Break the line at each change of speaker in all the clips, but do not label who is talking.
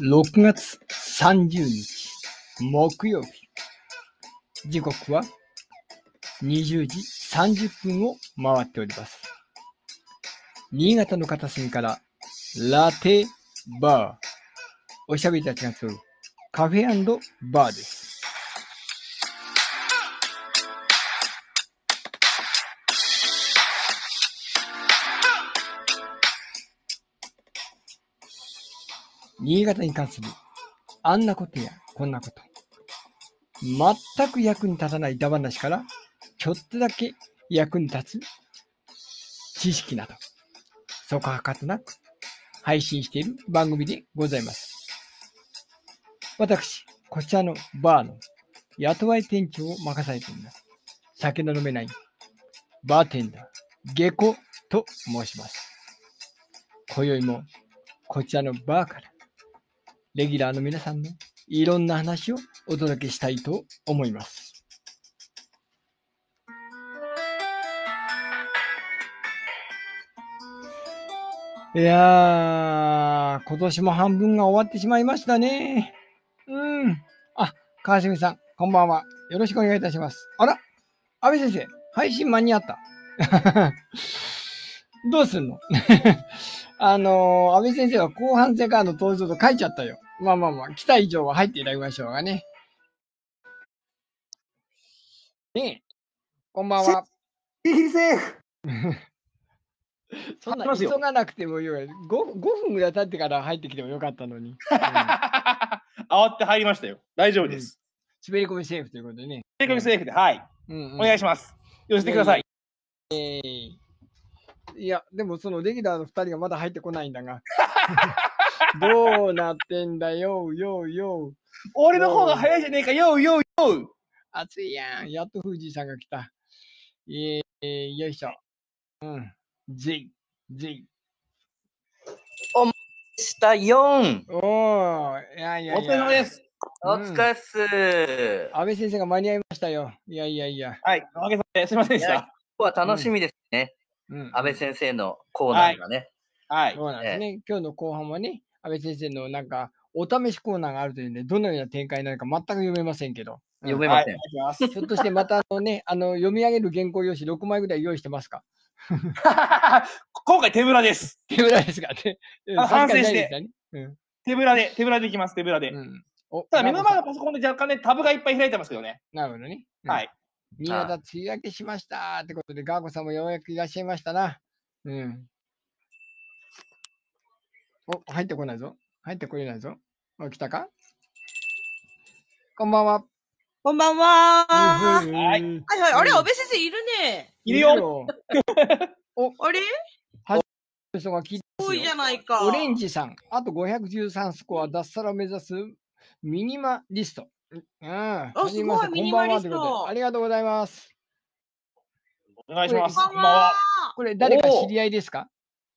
6月30日木曜日時刻は20時30分を回っております新潟の片隅からラテバーおしゃべりたちが集うカフェバーです新潟に関するあんなことやこんなこと全く役に立たないダ話からちょっとだけ役に立つ知識などそこはかとなく配信している番組でございます私こちらのバーの雇われ店長を任されています酒の飲めないバーテンダー下戸と申します今宵もこちらのバーからレギュラーの皆さんのいろんな話をお届けしたいと思います。いやー、今年も半分が終わってしまいましたね。うん。あ、川島さん、こんばんは。よろしくお願いいたします。あら、安倍先生、配信間に合った。 どうすんの あのー、安倍先生は後半戦からの登場と書いちゃったよ。まあまあまあ、来た以上は入っていただきましょうがね。ねえ、こんばんは。
ギリギリセー フ
そんな
入っ
急
てますよ
がなくてもよい。5, 5分ぐらい経ってから入ってきてもよかったの に。うん
慌てて入りましたよ。大丈夫です。
滑り込みセーフということでね。
正確セーフで、はい。
うんうん
お願いします。寄せてください。
いや、でもそのレギュラーの2人がまだ入ってこないんだ が。どうなってんだよ、よ、よ。
俺の方が早いじゃねえか、ようようよう。
暑いやん。やっと藤井さんが来た。えー、よいしょ。うん。ぜい、ぜい。
した4。
おー、いやいやいや。
お疲れ様です。
お疲れっす。今
安倍先生が間に合いましたよ。いやいやいや。
はい。おかげさまです。すいませんでし
いや
た。
日は楽しみですね。
うん。
安倍先生のコーナーがね。
はい。
そうなんですね。今日の後半はね、安倍先生のなんか、お試しコーナーがあるというんで、どのような展開になるか全く読めませんけど。うん
読め
は
ま
い。
せん。
お願いし
ひょっとしてまたあの ね、あの読み上げる原稿用紙6枚ぐらい用意してますか
ます。 今回手ぶらです。
っていうぐらいですから ね。うん
あ反省して
参加ないですからねうん
手ぶらで、手ぶらでいきます、手ぶらで。
うん。お
ただ、目の前
な
のパソコンで若干ね、タブがいっぱい開いてますけどね。
るほどね。うん
はい。
新潟梅雨明けしましたってことで、ガーゴさんもようやくいらっしゃいましたな。うん。お、入ってこないぞ。入ってこれないぞ。お、来たかこんばんは。
こんばんは。は
う
い
ん
はい
うん
はい。あれ、
うん
安倍先生いるね。
いるよ。。
あれ
人が聞いてま
多
す
い
よ
じゃないか。
オレンジさん、あと513スコア脱サラを目指すミニマリスト。うん。あ
すごいミニマリスト
ありがとうございます。
お願いします。
こ
こ
ん
ん
ば
ば
ん
ん
は
は。
これ、誰か
おー
知り合いですか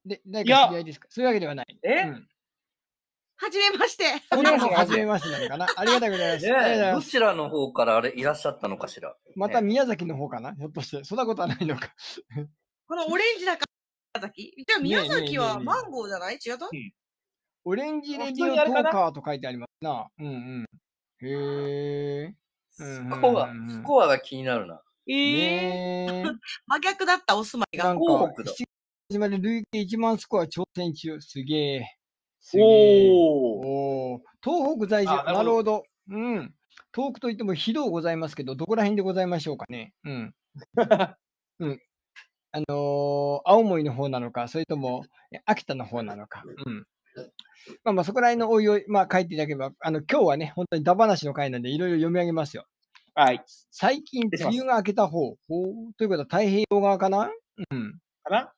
で誰
い
か
や
知り合いですかそういうわけではない。
え
うん
はじめまして。
この人が初めましてなのかなありがとうございます。ありがとうござい
ど
ます。
ちらの方からあれいらっしゃったのかしら。
また宮崎の方かなひょっとして。そんなことはないのか。
このオレンジだから、宮崎。じゃあ、宮崎
ねえねえねえね
は
え
マンゴーじゃない違った
オレンジレディオトーカーと書いてありますな。うんうん。へえ。
スコア
うんうんうんう、ん
スコアが気になるな。
ええ。
ねえ。
真逆だった、お住まい
な
が
ん。か、7
東北だ
月まで累計1万スコア挑戦中。すげえ。すげえ
おー。
おお。東北在住。
あな
な
るほど
るほど。うん。東北といっても非道ございますけど、どこら辺でございましょうかね。 うん。うん。あのー青森の方なのか、それともえ秋田の方なのか。うん。まあまあ、そこら辺のおいおい、まあ書いていただければ、あの、今日はね、本当にダ話の回なんで、いろいろ読み上げますよ。
はい。
最近、
失礼し
梅
ます
雨が明けた方。ほうということは太平洋側かなうん。
かな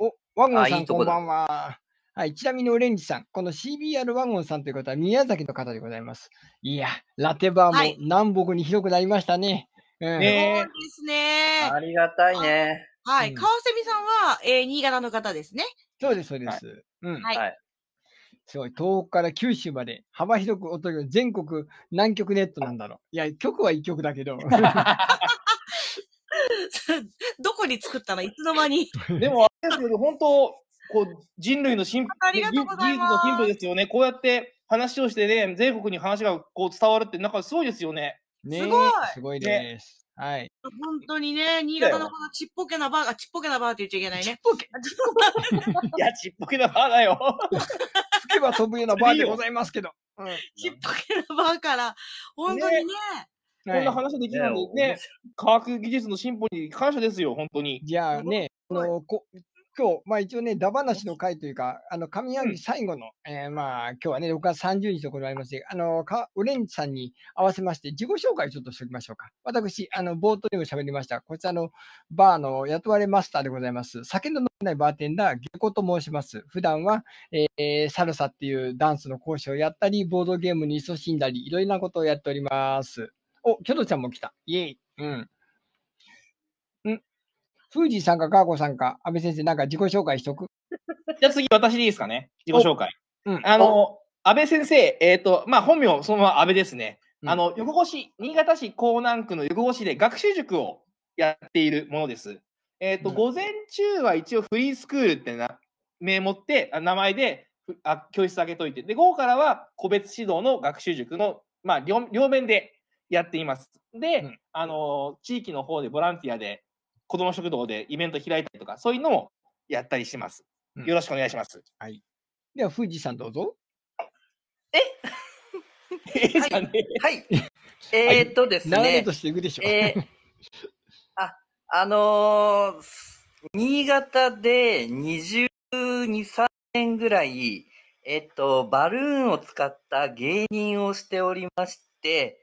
お、ワゴン
あ
さん、
いいと
こ
こ
ん
だ
ばんは。はい、ちなみにオレンジさん、この CBR ワゴンさんという方は宮崎の方でございます。いや、ラテバー
は
も
い
南北に広くなりましたね。うん、
そう
ねえ
ですね。
ありがたいね。
は
うん
い。川蝉さんは、えー新潟の方ですね。
そうです、そうです。うん、
はい
はい
すごい、東北から九州まで幅広くおとり全国南極ネットなんだろう。いや、局は一局だけ ど。
どこに作ったのいつの間に。
でも、あれですけど、本当、こう、人類の進歩、
ありがとうございます
技術の進歩ですよね。こうやって話をしてね、全国に話がこう伝わるって、なんかすごいですよ ね。
ね
すごい
すごいです。はい。
本当にね、新潟のこのちっぽけなバーが、ちっぽけなバーって言っちゃいけないね。
いや、ちっぽけなバーだよ。
吹けば飛ぶようなバーでございますけど。
ちっぽけなバーから、本当にね、
こんな
はい、
話でき
ね
るので、ね、科学技術の進歩に感謝ですよ、本当に。
じゃあね、あのこ今日、まあ、一応ね、だ話の会というか、あの上半
うん
期最後の、えーまあ今日はね、6月30日ところありますあのかオレンジさんに合わせまして、自己紹介をちょっとしておきましょうか。私、あの冒頭にも喋りました、こちらのバーの雇われマスターでございます。酒の飲めないバーテンダー、ゲコと申します。普段は、えーサルサっていうダンスの講師をやったり、ボードゲームに勤しんだり、いろいろなことをやっております。お、キョドちゃんも来た。イェイ。うん。フージーさんかカーコさんか、安倍先生、なんか自己紹介しとく。
じゃあ次、私でいいですかね。自己紹介。
おうん
あの、安倍先生、えっ、と、まあ、本名、そのまま安倍ですね。
うん
あの、横越し、新潟市江南区の横越しで学習塾をやっているものです。えっ、と、
うん
午前中は一応フリースクールってな、名持って、あ名前で、ふあ教室開けといて、で、午後からは個別指導の学習塾の、まあ、両両面でやっています。で、
うん
あの、地域の方でボランティアで、子ども食堂でイベント開いたりとか、そういうのもやったりします。
うん
よろしくお願いします。
では、フージーさんどうぞ。
ええ じゃねえ
はい。えーっとです
流れ
ね
と。していくでしょ。
えー、あ、あのー新潟で22、3年ぐらい、えっと、バルーンを使った芸人をしておりまして、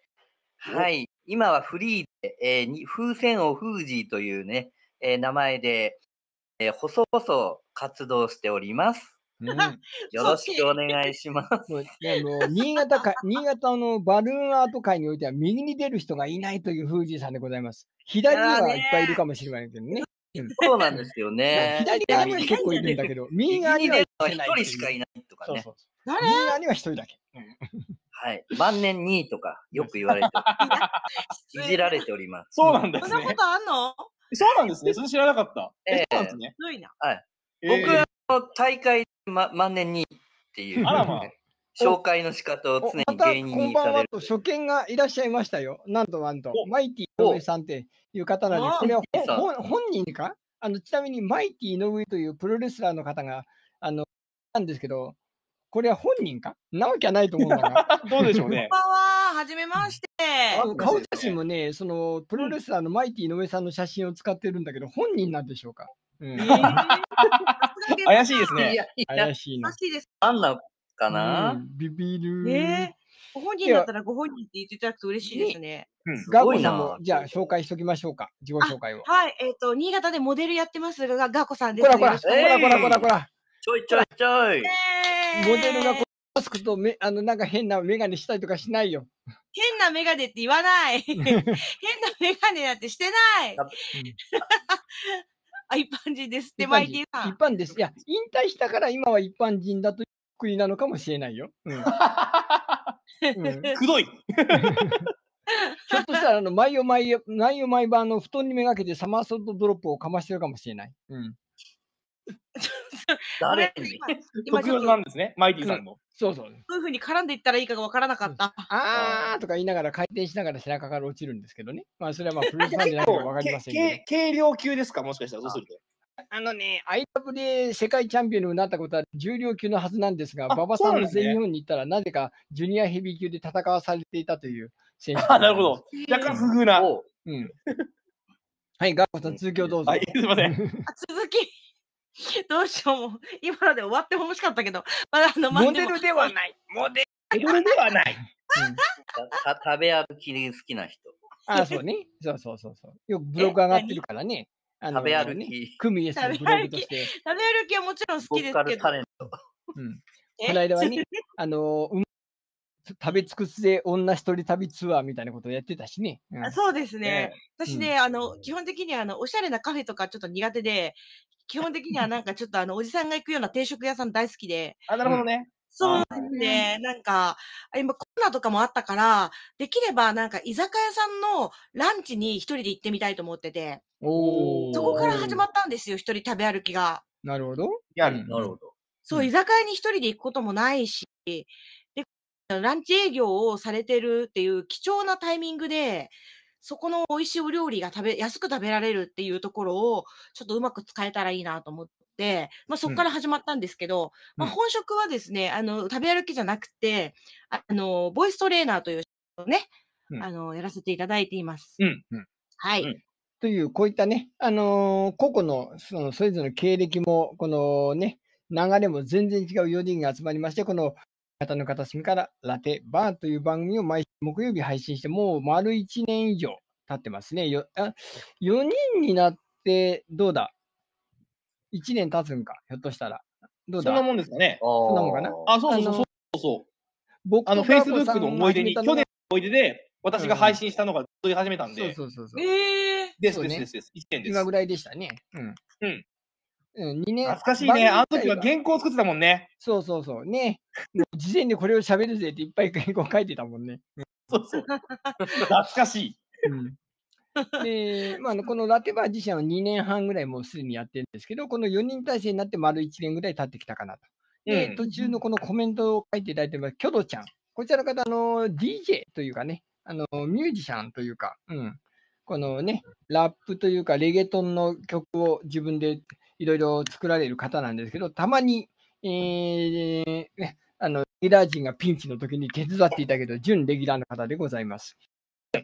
はい、今はフリーで、えーに風船をフージーというね、えー名前で、えー細々活動しております。
うん
よろしくお願いしま す。
もうねもう新潟 か、新潟のバルーンアート界においては、右に出る人がいないというフージーさんでございます。左にはいっぱいいるかもしれないけどね。
そうなんですよね。
左側には結 構いるんだけど、右
右
側
に
には
出
一
るのは一人しか
い
いないとか
そう
ね。
そう
誰
右側には一人だけ。
はい。万年2位とかよく言わ れて、いじられております。
そうなんで
そん
す
なこ
ね。
とあんの
そうなんですね。それ知らなかった。え
ええ
そうなんですね。
ひどいな。
僕
え
はあの大会、ま、万年2位っていう、
あらまあ
紹介の仕方を
お
常
ま
に
た、
芸人
こん
に
ばん
さ
は
れる。
と、初見がいらっしゃいましたよ。なんとなんと、
お
マイティ井上さんっていう方なんで
お
す。これは
マイティさん
ほんほん本人かあのちなみに、マイティ井上というプロレスラーの方が、あの、なんですけど、これは本人かなわけはないと思うんだ が。
えどうでしょうね。
こんばんは、はじめまして。
あの
そうですよね
顔写真もね、そのプロレスラーのマイティ井上さんの写真を使ってるんだけど、本人なんでしょうか、うん
えーさすがに
怪しいです
い
ね。
や、いや、
怪しいな
怪。しいです。
あんなかな、
うんビビる。
ねえ。ご本人だったらご本人って言っていただくと嬉しいですね。
す
ガー
ご
コ
い
さんも
な、。
じゃあ紹介しときましょうか、自己紹介を。
はい、えっ、と、新潟でモデルやってますが、ガーコさんです。
こらこ
よ
ら、
ろし
こ
く
え
らこらこらこら。
ちょいちょいちょい。
えー
モデルがこうマスクとめあのなんか変なメガネしたりとかしないよ。
変なメガネって言わ ない。変なメガネなんてしてない
や。
あ、一般人ですって、
一
マ
般
イテ
人
ィさ
一
ん。
般です。いや、引退したから今は一般人だという国なのかもしれないよ。うんうんひ
くどい。
ょっとしたら、あの、毎夜毎夜、毎夜毎晩、あの、布団にめがけてサマーソルトドロップをかましてるかもしれない。うん。
誰
ごめん
に
今今
特
ちょ
別
っと
なんですね。マイティさんの。
そうそう。
どういうふうに絡んでいったらいいかがわからなかった。
あーとか言いながら回転しながら背中から落ちるんですけどね。まあ、それはまあ、プロレスファンじゃないからわかりませんけど
け。軽量級ですかもしかしたら。そうすると。
あのね、IW 世界チャンピオンになったことは重量級のはずなんですが、
あ
馬場
そう
さ
な
ん
んで
の
すね
全日本に行ったら、なぜかジュニアヘビー級で戦わされていたという選手。
あ、なるほど。若干不遇な。
を
うん。はい、ガーコさん、続きをどうぞ。
はい、 すいません。
あ続き。どうしようもう。今ので終わってほしかったけど。まだあの、
モデルでは
ない。
ない。モデル。
モデルではない。
たた食べ歩き好きな人。
あ、そう ね。そうそうそうそう。よくブログ上がってるからね。あの
食べ歩
ね。
き、
クミエスのブログとして。
食べ歩きはもちろん好
ボ
きで
ー
す
カ
け
ル
ど
タ。レント。
うん
え
この間はね、あのうん食べ尽くすで女一人旅ツアーみたいなことをやってたしね。うん
あそうですね。私
う
ね、あの、基本的にあの、おしゃれなカフェとかちょっと苦手で、基本的にはなんかちょっとあの、おじさんが行くような定食屋さん大好きで、
あ、なるほどね。
そう
あ
ですね。なんか、あ今コロナとかもあったから、できればなんか居酒屋さんのランチに一人で行ってみたいと思ってて、
おー
そこから始まったんですよ、一人食べ歩きが。
なるほど。
や
う
る
ん。
なるほど。
そう、
うん
居酒屋に一人で行くこともないし、で、ランチ営業をされてるっていう貴重なタイミングで、そこの美味しいお料理が食べ、安く食べられるっていうところを、ちょっとうまく使えたらいいなと思って、まあそこから始まったんですけど、まあ
うん
本職はですね、あの、食べ歩きじゃなくて、ああの、ボイストレーナーという仕事をね、
うん
あの、やらせていただいています。
うん
うん
はい。
うん
という、こういったね、あのー個々の、その、それぞれの経歴も、このね、流れも全然違う4人が集まりまして、この、方の片隅からラテバーという番組を毎週木曜日配信して、もう丸1年以上経ってますね。よあ4人になって、どうだ ?1 年経つんか、ひょっとしたら。どう
そ
だ
んなもんですかね。
んなもんかな
あ、そうそ
あの
うそうそうそう。
僕
あの、
とダー子さ
Facebook
ん
の
が
思い出に、
始めた
去
のが
年の思い出で、私が配信したのがずっと言い始めたん
そう
で、
そうそうそう。
ええ
です
そう
で
ね
すですです。1年です。
今ぐ
懐
らいでしたね。うん。
うん。
うん、2年。
かしいね。あの時は
番組自体
原稿作ってたもんね。
そうそうそう。 ね。もう事前にこれを喋るぜっていっぱい原稿書いてたもんね。
そうそう。懐かしい。
うん、で、まああの、このラテバー自身は2年半ぐらいもうすでにやってるんですけど、この4人体制になって丸1年ぐらい経ってきたかなと。で、
うん
途中のこのコメントを書いていただいてます、キョドちゃん。こちらの方、あの、DJ というかね、あの、ミュージシャンというか、うん。このね、ラップというか、レゲトンの曲を自分でいろいろ作られる方なんですけど、たまに、えー、ねあの、レギュラー陣がピンチの時に手伝っていただけど、準レギュラーの方でございます。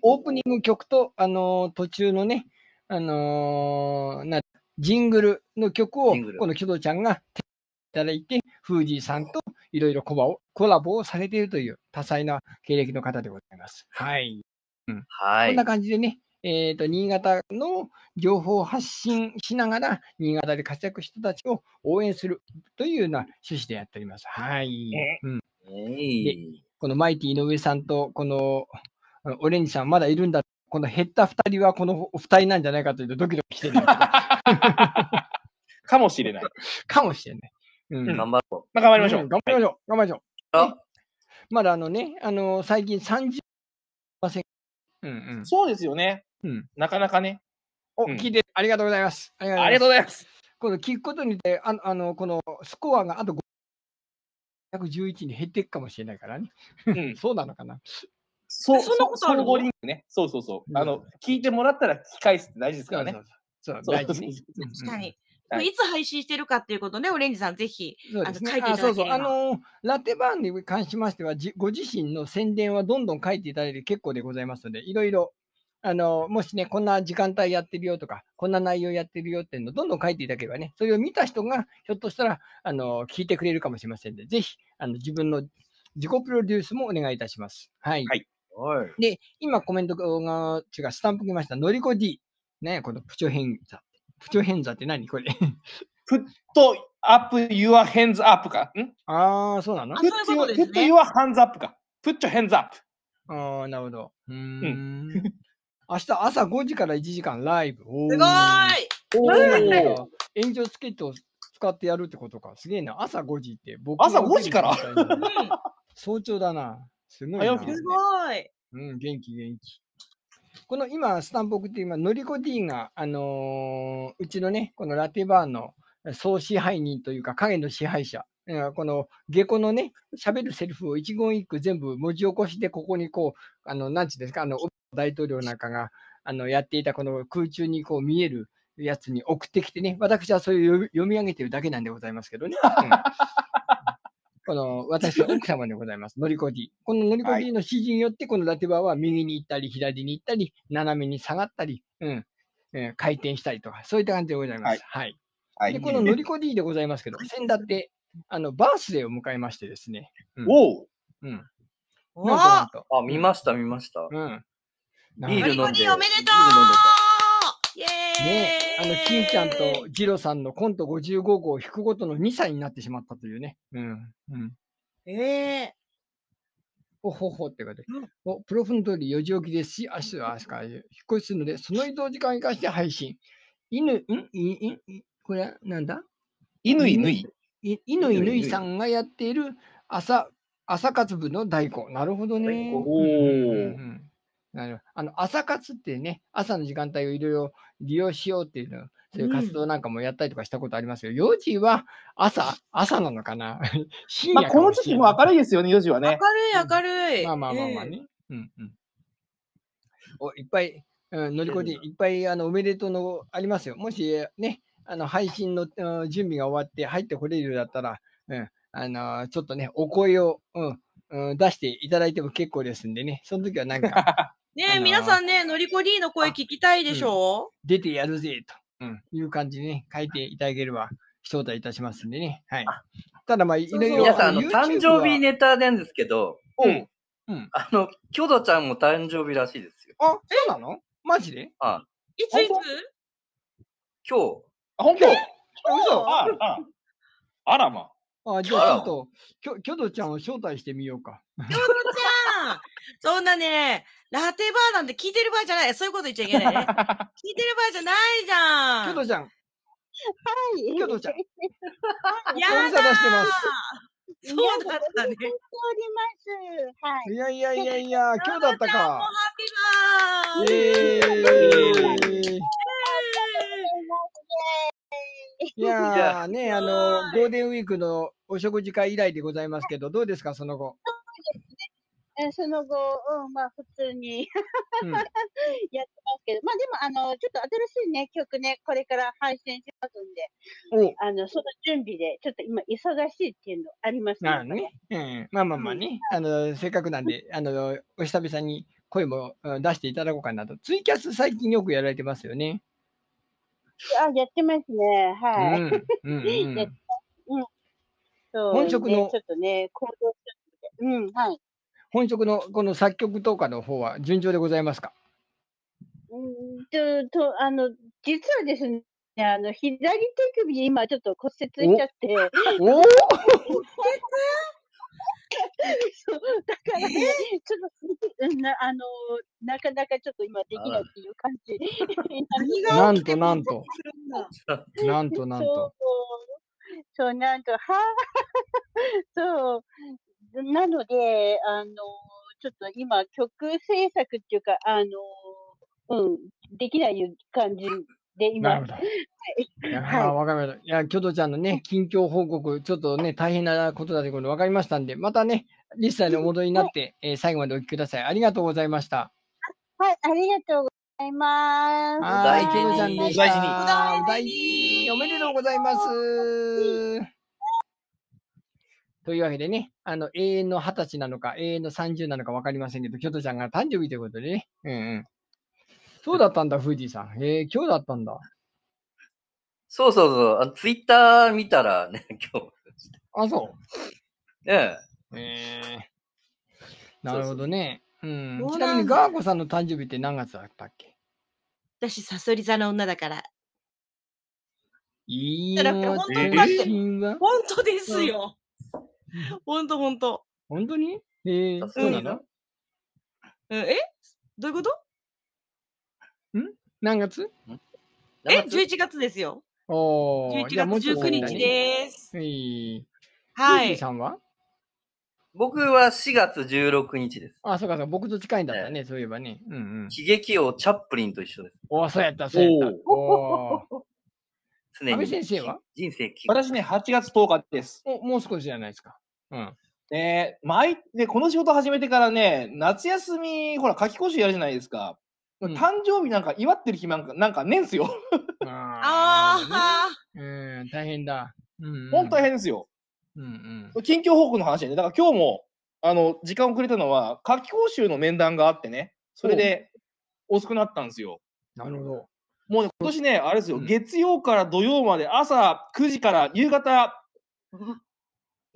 オープニング曲と、あの途中のね、あのーな、ジングルの曲を、
ジングル
このキョドちゃんが手をいただいて、フージーさんといろいろコラボコラボをされているという多彩な経歴の方でございます。はい。
は
こん
い
な。感じでね、えっ、と、新潟の情報を発信しながら、新潟で活躍した人たちを応援するというような趣旨でやっております。はい。うん、
えい
このマイティ井上さんと、このあのオレンジさん、まだいるんだ。この減った2人はこのお二人なんじゃないかというと、ドキドキしてるんですけど
かもしれない。
かもしれない。うん
うん
頑
頑張ろ
まあ、頑張りましょ
ん
う。
頑張りましょう。頑張りましょ
う。あ
う。まだあのね、あの最近30%。うんうん。
そうですよね。
うん
なかなかね。
お、
うん
聞いてありがとうございます。ありが
ありがとうございます。
この聞くことによって、あの、あのこのスコアがあと511に減っていくかもしれないからね。
うん。
そうなのかな。
そ
そんなことあるの
総合リンクね。そうそうそうう。
ん
あの、聞いてもらったら聞き返すって大事ですからね。
そうそう。そ、
そうう
大事ね。うん
確かに。
うんはい
いつ配信してるかっていうことね、オレンジさん、ぜひ。
そうですね。
あの書いてい
あ
ただけ
そ
れば
うそう。あの、ラテバーンに関しましては、じご自身の宣伝はどんどん書いていただいて結構でございますので、いろいろ、あの、もしね、こんな時間帯やってるよとか、こんな内容やってるよっていうのをどんどん書いていただければね、それを見た人が、ひょっとしたら、あの、聞いてくれるかもしれませんので、ぜひ、あの、自分の自己プロデュースもお願いいたします。はい。
はい
おい。
で、今コメントが、違う、スタンプ来ました。のりこ D。ね、このプチョ変座。プチョ変座って何これ。
と、アップ、your hands up か。ん
ああ、そうなの
あ
あ
そういうことですね
put your hands up か。put your hands up。
あー、なるほど。うーん。明日朝5時から1時間ライブ。すご
すごーい
お
ー
ー炎上チケットを使ってやるってことか。すげえな。朝5時って僕
朝5時から
起きる時間だ
うん
早朝だな。すごい
早
な
起き。です
すごい。
うん、元気元気。この今、スタンプ送って今、のりこ D が、あのーうちのね、このラテバーの総支配人というか、影の支配者、うんこの下戸のね、喋るセリフを一言一句全部文字起こしで、ここにこう、あの、なんちゅうんですか、あの、大統領なんかが、あの、やっていたこの空中にこう見えるやつに送ってきてね、私はそれを読み読み上げてるだけなんでございますけどね。うんこの私の奥様でございます、のりこ D。こののりこ
はい
D の指示によって、このラテバーは右に行ったり、左に行ったり、斜めに下がったり、うんえー回転したりとか、そういった感じでございます。はい。
は
で、こののりこ D でございますけど、先だって、あの、バースデーを迎えましてですね。
おう。
うん。
お
なんとなんと。
あ、見ました、見ました。
うん。
ビール飲んで
のりこにおめでとうイ
ね
エーイ
あの、金ちゃんとジロさんのコント55号を引くごとの2歳になってしまったというね。うん。うん。
ええ
ほほほってことで
うん、
おプロフの通り4時起きですし、明日は明日から引っ越しするので、その移動時間を生かして配信。犬、んいいいこれはなんだ
犬犬い。
い犬
犬
犬さんがやっている朝、朝活部の代行。なるほどね。
代行
お
うんう
ー
んなるほどあの朝活ってね、朝の時間帯をいろいろ利用しようっていうのをそういう活動なんかもやったりとかしたことありますよ。4時は朝、朝なのかな 深
ま
夜
あ、この時期も明
る
るいですよね、4時は
明る
ね。
い明るい。
まあまあまあまあ
ええ。
ね。うんうん。お、いっぱい、うん、乗り越えて、いっぱい、あの、おめでとうのありますよ。もし、ね、あの、配信の、うん準備が終わって入ってこれるようだったら、うん、あの、ちょっとね、お声を、うん、うん、出していただいても結構ですんでね、その時はなんか、
ね
あ
え、
のー
皆さんね、のりこ D の声聞きたいでしょ
出てやるぜという感じでね、書いていただければ招待いたしますんでね。はい
あ。
ただまあ、いろいろ。
皆さん、あの、
YouTube
誕生日
は。
ネタなんですけど、
うん。
あの、キョドちゃんも誕生日らしいですよ。
あ、そうなのマジで
いついつ
本
今
あ本当
あ嘘
ああらあらまあ。
あ、じゃあちょっと、きょ、きょどちゃんを招待してみようか。
あそんなね、ラテバーなんて聞いてる場合じゃない。そういうこと言っちゃいけないね。聞いてる場合じゃないじ
き
ゃ
ょど
ん。
ちゃん、
はい。
きょどちゃん。
や
お店
だ
出してま
そうだったね。
おります。はい
す。。いやいやいやいや、今日だったか。
ハッ
イ
ピーバー
エーイいやーね、あの、ゴールデンウィークのお食事会以来でございますけど、どうですか、その後。
えーその後、うん、まあ普通に
うん
やってますけど、まあでもあの、ちょっと新しいね、曲ね、これから配信しますんで、
お
あの、その準備で、ちょっと今忙しいっていうのあります
なるね。。うん、まあまあまあね、あの、せっかくなんで、あの、お久々に声もうん出していただこうかなと。ツイキャス最近よくやられてますよね。
あ、やってますね。
う
はい。
ん、うん、う
や
ん。
そう
本職の
ねちょっとね、行動するので。うん、はい。
本職のこの作曲とかの方は順調でございますか
うんと、と、あの、実はですね、あの、左手首今ちょっと骨折しちゃって、
おお
そうだから、ね、ちょっとすごい、うん、な、あの、なかなかちょっと今できないっていう感じ。
何 が
なんとなんと、
するんだ
なんと なん
そう
と。、
そう、なんと、は そう、なので、あの、ちょっと今、曲制作っていうか、あの、うん、できないいう感じで、
なるほ、
今
ど。いやー、わかりました。いや、キョドちゃんのね、近況報告、ちょっとね、大変なことだということ分かりましたんで、またね、実際にお戻りになって、えー最後までお聞きください。ありがとうございました。
はい、ありがとうございます。
は
お
い、
大
キ
事
ョ
に
ドちゃんでした。
お大事
お大事に
に
おめでとうございます。というわけでね、あの、永遠の二十歳なのか、永遠の三十なのか分かりませんけど、キョドちゃんが誕生日ということでね。うんうん。そうだったんだ、富士さん。えー、今日だったんだ。
そうそうそうあの、ツイッター見たらね、 今日、
あ、そう。
ね、
えー、なるほどね。うん
そう
ち
な
なみ
ん
に、
だ
ガーコさんの誕生日って何月だったっけ
私、サソリ座の女だから。
いい
だから
の
本
当に
天
待
って
神は
本当ですよ。本当本当。
本当にえー、
さす
そ
が
う
に
な
な
の
うんえどういうこと
何月
え
なんかつ
?11 月ですよ。
おー
11
じゃあもう
月
ちょっと先
19
だ
日
ね
です。
はい。
は
ゆう
い
じ。さんは
僕は4月16日です。
あ、そうかそうか、僕と近いんだったね、そういえばね。うんうん。
喜劇王チャップリンと一緒です。
おーそうやった、そうやった。おー
常に。
安倍先生は
人生き
私ね、8月10日です。
おもう少しじゃないですか。うん。
ね毎で、この仕事始めてからね、夏休み、ほら、夏期講習やるじゃないですか。
うん
誕生日なんか祝ってる日なんか、なんかねえんすよ。
あー
あ
うん、大変だ。うん、うん。
ほんと大変ですよ。
うんうん。
近況報告の話で、ね、だから今日も、あの、時間をくれたのは、夏期講習の面談があってね、それで遅くなったんですよ。
なるほど。
もうね、今年ね、あれですよ、
うん
月曜から土曜まで朝9時から夕方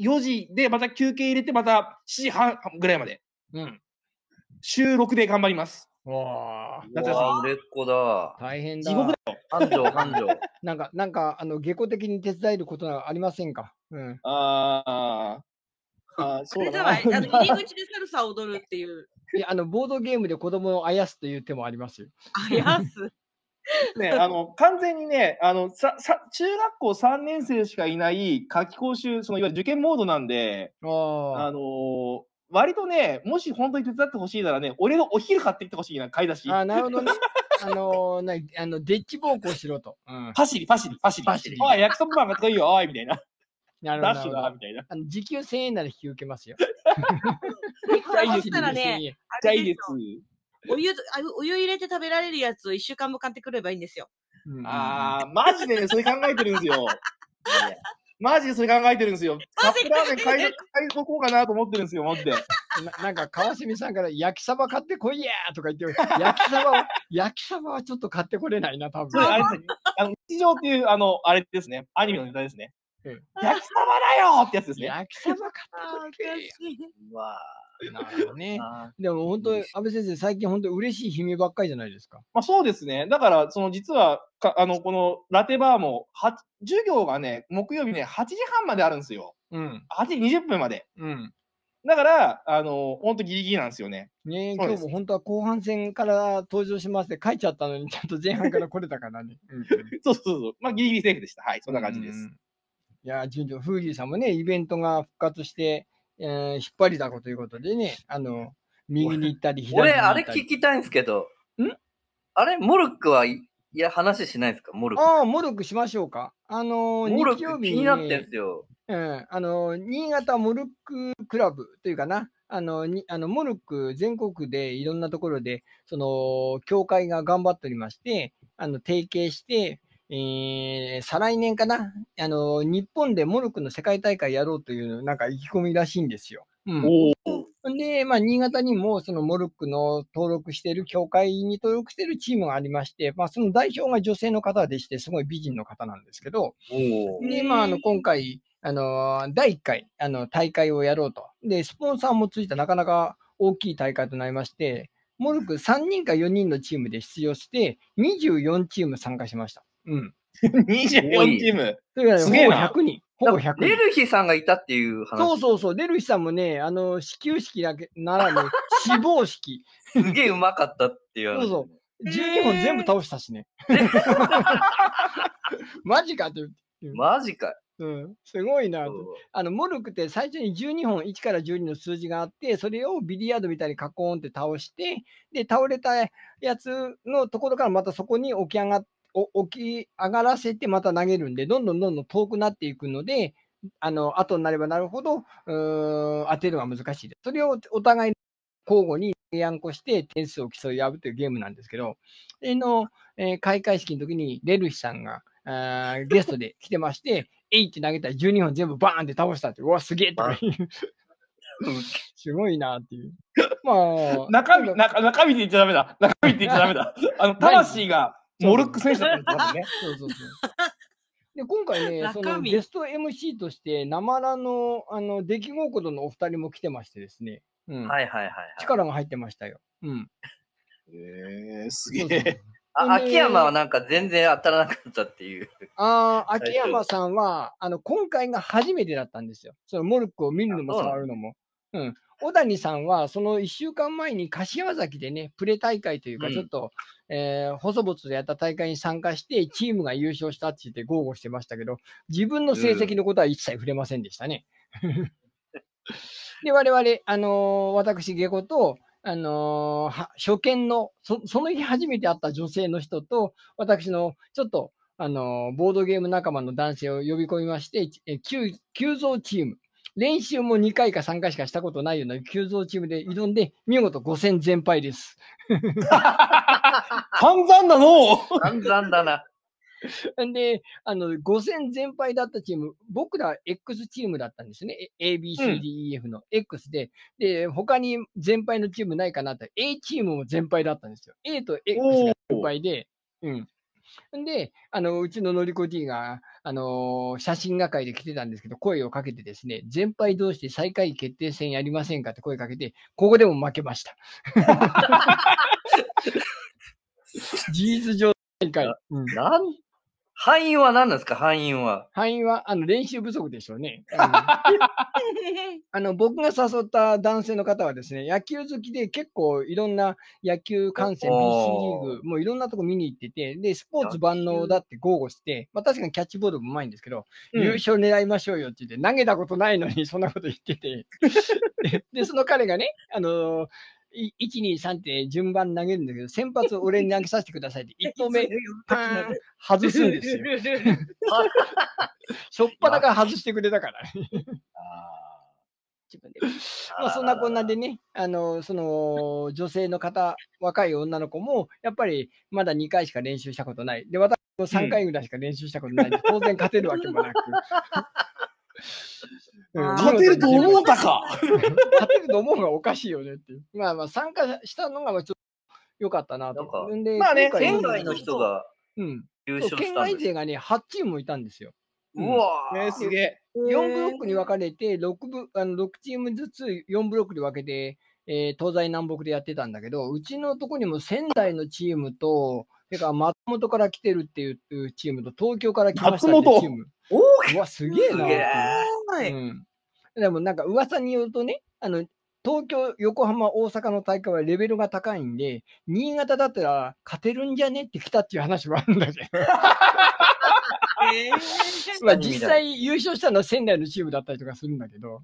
4時でまた休憩入れて、また7時半ぐらいまで、
うん。
週6で頑張ります。
わあ、
夏
夏
休み
休み。売れっ子だ。
大変だ。
地獄だよ。
繁盛繁盛。
なんか、なんか、あの、下校的に手伝えることはありませんかうん。
あーあー、
あ。あ
そ
れ
う
じ
だな
ゃないあの入り口でサルサを踊るっていう。
いや、あの、ボードゲームで子供をあやすという手もありますよ。
あやす。
ね、あの完全にねあのささ、中学校3年生しかいない夏期講習、そのいわゆる受験モードなんで、あ
ああ。
のー割とね、もし本当に手伝ってほしいならね、俺のお昼買ってきてほしいな、買い出し。
あーなるほどね。あの、なあの、デッチ暴行しろと。うん。
パシリ、パシリ、パシリ。
パシリ
おい、焼きそばパンがっこいいよ、おい、みたいな。
なるほど
ダッ
な
シ
る
ュ
ほ
だ、
ど。
みたいな。
あの時給1000円なら引き受けますよ。
でこれ
いい
そ
で
し
す
たらね、
ね。
あ
じゃあ
れ
いい
で
ですす。
よお湯、あお湯入れて食べられるやつを一週間も買ってくればいいんですよ。
あー、マジでね、それ考えてるんですよ。マジでそれ考えてるんですよ。カップラーメン買い買いとこうかなと思ってるんですよ、マジで。
あ。ななんか、川澄さんから、焼きサバ買ってこいやとか言って、焼きサバを、焼きサバはちょっと買ってこれないな、多
それ、あれ
分。
ですね。あの、日常っていう、あの、あれですね。アニメのネタですね。
うん
焼きそばだよってやつですね。
焼きサバ買
あ
ってこれ
うわ
やなるほどね。
あ
でも本当、安倍先生、最近本当嬉しい悲鳴ばっかりじゃないですか。
まあそうですね。だから、その実は、かあの、このラテバーも、は授業がね、木曜日ね、8時半まであるんですよ。
うん。
8時20分まで。
うん。
だから、あの、ほんとギリギリなんですよね。
ねえ、
そう
今
で
日
す
も本当は後半戦から登場しますって書いちゃったのに、ちゃんと前半から来れたからね。うんうん
そうそうそう。まあギリギリセーフでした。はい、そんな感じです。
うんいやー、順調、フージーさんもね、イベントが復活して、えー引っ張りだこということでね、あの、右に行ったり、
ー
左に
俺、
行
あ
っ
れ
たり。
聞きたいんですけど。
ん
あれ、モルックはい、いや、話しないんですかモルック。
ああ、モルックしましょうか。あのー、
モル
日曜
ック
日
気
に、
に
ね、
なってんすよ。
うん、あの新潟モルッククラブというかな、あのにあのモルック全国でいろんなところで、その協会が頑張っておりまして、あの提携して、えー再来年かなあの、日本でモルックの世界大会やろうという、なんか意気込みらしいんですよ。うん、
おお。
で、まあ、新潟にもそのモルックの登録している、協会に登録しているチームがありまして、まあ、その代表が女性の方でして、すごい美人の方なんですけど、
おー
で、まあ、あの
へー
今回、あのー第1回あの大会をやろうと。で、スポンサーもついたなかなか大きい大会となりまして、モルク3人か4人のチームで出場して、24チーム参加しました。うん。
24チーム。
というわけ
すげえ
で、
な
ほぼ100人。ほぼ100
レ
人。
ルヒさんがいたっていう話。
そうそうそう、デルヒさんもね、あの、始球式だけならぬ、死亡式。
すげえうまかったっていう話。
そうそう12本全部倒したしね。マジかという。
マジかよ。
うん。すごいな
そ
と
う。
あのモルクって最初に12本、1から12の数字があって、それをビリヤードみたいにカコーンって倒して、で、倒れたやつのところからまたそこに起き上がっお起き上がらせてまた投げるんで、どんどんどんどん遠くなっていくので、あの後になればなるほどうーん当てるのが難しいです。それをお互い交互に提案こして点数を競い合うというゲームなんですけど、での、えー開会式の時にレルヒさんがあーゲストで来てまして、えいって投げたら12本全部バーンって倒したって、うわ、すげえとか言う すごいなっていう。まあ、
中身、
なんか
中中身って言っちゃダメだ。中身って言っちゃ ダメだ。あの、魂がモルック選手だったんですよ
そ
ね。
うそうそう。で、今回ね、そ
中
の
身
ゲスト MC として、生らの、あの、出来心のお二人も来てましてですね。うん。
はいはいはい、はい。
力が入ってましたよ。うん。
ええす
そうそうそう。
あ秋山はなんか全然当たらなかったっていう。
ああ、秋山さんは、あの、今回が初めてだったんですよ。そのモルックを見るのも
あそうな
触
んだ
るのも。うん。小谷さんは、その1週間前に柏崎でね、プレ大会というか、
うん
ちょっと、えー細々とやった大会に参加して、チームが優勝したって言って豪語してましたけど、自分の成績のことは一切触れませんでしたね。 で、我々、あのー私、下戸と、あのーは初見のそ、その日初めて会った女性の人と、私のちょっと、あのーボードゲーム仲間の男性を呼び込みまして、え急急増チーム。練習も2回か3回しかしたことないような急増チームで挑んで、見事5戦全敗です。
散々だのう
散々だな。
んで、あの、5戦全敗だったチーム、僕ら X チームだったんですね。A- A、B、
う
C、
ん
D、E、F の X で。で、他に全敗のチームないかなって、A チームも全敗だったんですよ。A と X が先輩で、うん。で、あの、うちののりこ D が、あのー写真係で来てたんですけど、声をかけてですね、全敗同士で最下位決定戦やりませんかって声かけて、ここでも負けました。事実上最下位。うん
なん敗因は何なんですか敗因は。
敗因は、あの、練習不足でしょうね。うんあの僕が誘った男性の方はですね、野球好きで結構いろんな野球観戦、BC
お
リ
おー
ーグ、もういろんなとこ見に行ってて、で、スポーツ
野球
万能だって豪語して、まあ確かにキャッチボールもうまいんですけど、
うん
優勝狙いましょうよって言って、 投げたことないのにそんなこと言ってて、でで、その彼がね、あのーい1、2、3って順番投げるんだけど、先発を俺に投げさせてくださいって、1投目、パーン外すんですよ。 しょっぱだから外してくれたから。
あ
自分で。
ー
まあ、そんなこんなでね、あのその女性の方、若い女の子も、やっぱりまだ2回しか練習したことない。で、私も3回ぐらいしか練習したことないんで、当然勝てるわけ もなく。うん
あー
勝てると思うたか。
勝てると思うがおかしいよねっていう。まあまあ、参加したのがまあちょっと良かったなと。
なん
で
まあね
今回
県外の人が
うん。
優
そう
勝し
県
たん
外
です
勢
よ。
がね、8チームもいたんですよ。
うわ
ね、すげえ。
4ブロックに分かれて6ブあの6チームずつ4ブロックで分けて、えー東西南北でやってたんだけどうちのとこにも仙台のチームとそれから松本から来てるっていういうチームと東京から来ましたっ
松
て
本
チーム
お
うわすげえな
すげえ
っていううん、でもなんか噂によるとねあの東京横浜大阪の大会はレベルが高いんで新潟だったら勝てるんじゃねって来たっていう話もあるんだけど
え
まあ実際優勝したのは仙台のチームだったりとかするんだけど。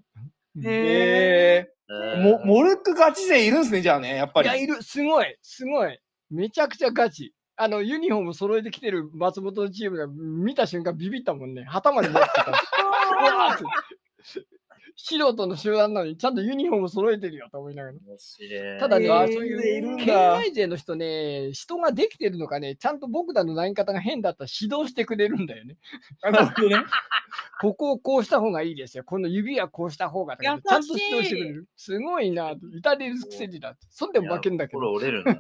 ーへー
ええ
ー
もモルックガチ勢いるんですね、じゃあね、やっぱ
いや、い
り。
る、すごい、すごい。めちゃくちゃガチ。あの、ユニフォーム揃えてきてる松本のチームが見た瞬間ビビったもんね。旗まで持ってた。 う わーって素人の集団なのに、ちゃんとユニフォーム揃えてるよと思いながら。
面白い。
ただね、
へー
そう
い
い
るん
う
だ
県外勢の人ね、人ができてるのかね、ちゃんと僕らの投げ方が変だったら指導してくれるんだよね。
あなるほどね。
ここをこうした方がいいですよ。この指はこうした方がとかね。ちゃんと指導してくれる。すごいな。至れるくせにだ。そんでも負けんだけど。
心折れるな。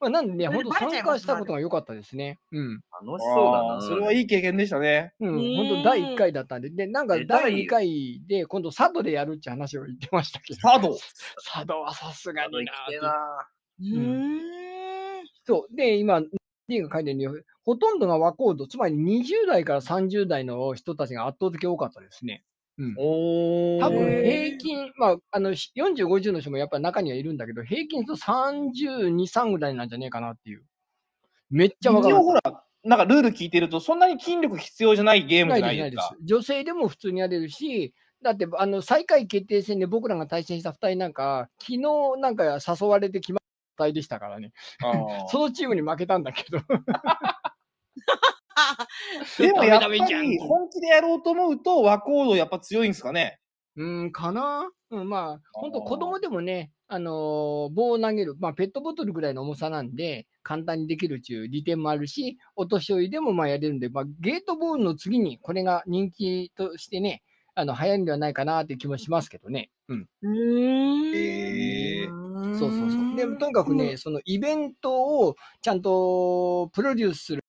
まあ、なんでね、
それ
本
で
当
バレちゃい
参
ま
加
す
したことが良かったですね。うん。
楽しそうだ
あ
な。
ーそれはいい経験でしたね。
うん、
ねえ
本当第1回だったんで、で、なんか
え第
第2回で、今度、佐渡でやるって話を言ってましたけど、
サード。
佐渡はさすがにな
行
ー
きてえ
って。
な。
うーん。
そう。で、今、D が書いてるように、ほとんどが和コード、つまり20代から30代の人たちが圧倒的に多かったですね。うん。
お
多分
へえ
平均、まあ、あの、40、50の人もやっぱり中にはいるんだけど、平均すると32、3ぐらいなんじゃねえかなっていう。めっちゃ若
一
かっ
応
た。
ほら、なんかルール聞いてると、そんなに筋力必要じゃないゲーム
な
じ
い
ゃな
で
い
す、ない
で
で
すか
す。。女性でも普通にやれるし、だって、あの、最下位決定戦で僕らが対戦した2人なんか、昨日なんか誘われて決まった2人でしたからね。
あー
そのチームに負けたんだけど。
あ
でもやっぱ
ダメダメじゃん
り本気でやろうと思うと和コードやっぱ強いんですかね。
うん、かなうん、まあ、本当
あー
子供でもね、あのー棒を投げる、まあ、ペットボトルぐらいの重さなんで、簡単にできるっていう利点もあるし、お年寄りでもまあやれるんで、まあ、ゲートボールの次にこれが人気としてね、あの、流行るんではないかなっていう気もしますけどね。うん。
うーん。
え
そうそうそう。で、とにかくね、そのイベントをちゃんとプロデュースする、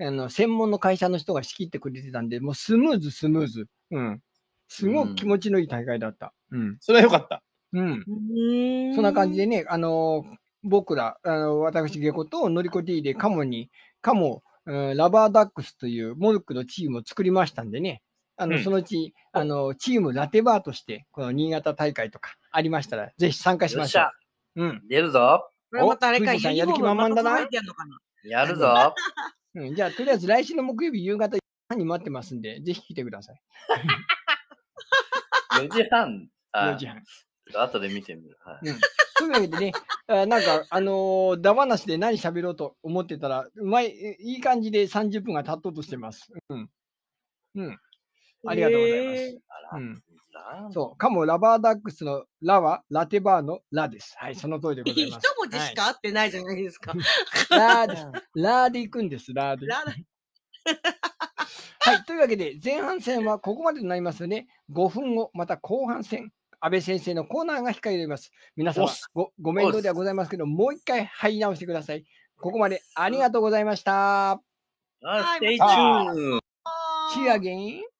あの、専門の会社の人が仕切ってくれてたんで、もうスムーズスムーズ。うん。すごく気持ちのいい大会だった。うん。
それはよかった。
うん。
うーん。
そんな感じでね、あの、僕ら、あの私、ゲコとノリコ D でカモに、カモ、うんラバーダックスというモルックのチームを作りましたんでね、あの、
うん
そのうち、あの、チームラテバーとして、この新潟大会とかありましたら、ぜひ参加し
よっ
まし
し
ょ
ゃ、
う。うん。
出るぞ。
これまたあれ
お
か、
藤井さん
ユニフォーム
やる気満々だな
また届いてんのかな
やるぞ。
うん、じゃあ、とりあえず来週の木曜日夕方4時半に待ってますんで、ぜひ来てください。
4時半。あ
4時半。
後で見てみる。はい
うん、というわけでね、 あなんか、あのー、だ話で何喋ろうと思ってたら、うまい、えいい感じで30分が経とうとしてます。うん。うん。ありがとうございます。
へー
あら
うん
ラーメン
そう、かもラバーダックスのラは、ラテバーのラです。はい、その通りでござい
一
ます。
文字しか合ってないじゃないです か。
ラーです。ラーで行くんです、ラーで。
ラ
はい、というわけで、前半戦はここまでとなりますので、5分後、また後半戦、安倍先生のコーナーが控えております。皆様
おっす、
ごご面倒ではございますけど、もう一回入り直してください。ここまでありがとうございました。
あ、ステイチュ
あ
ーン。
See you again.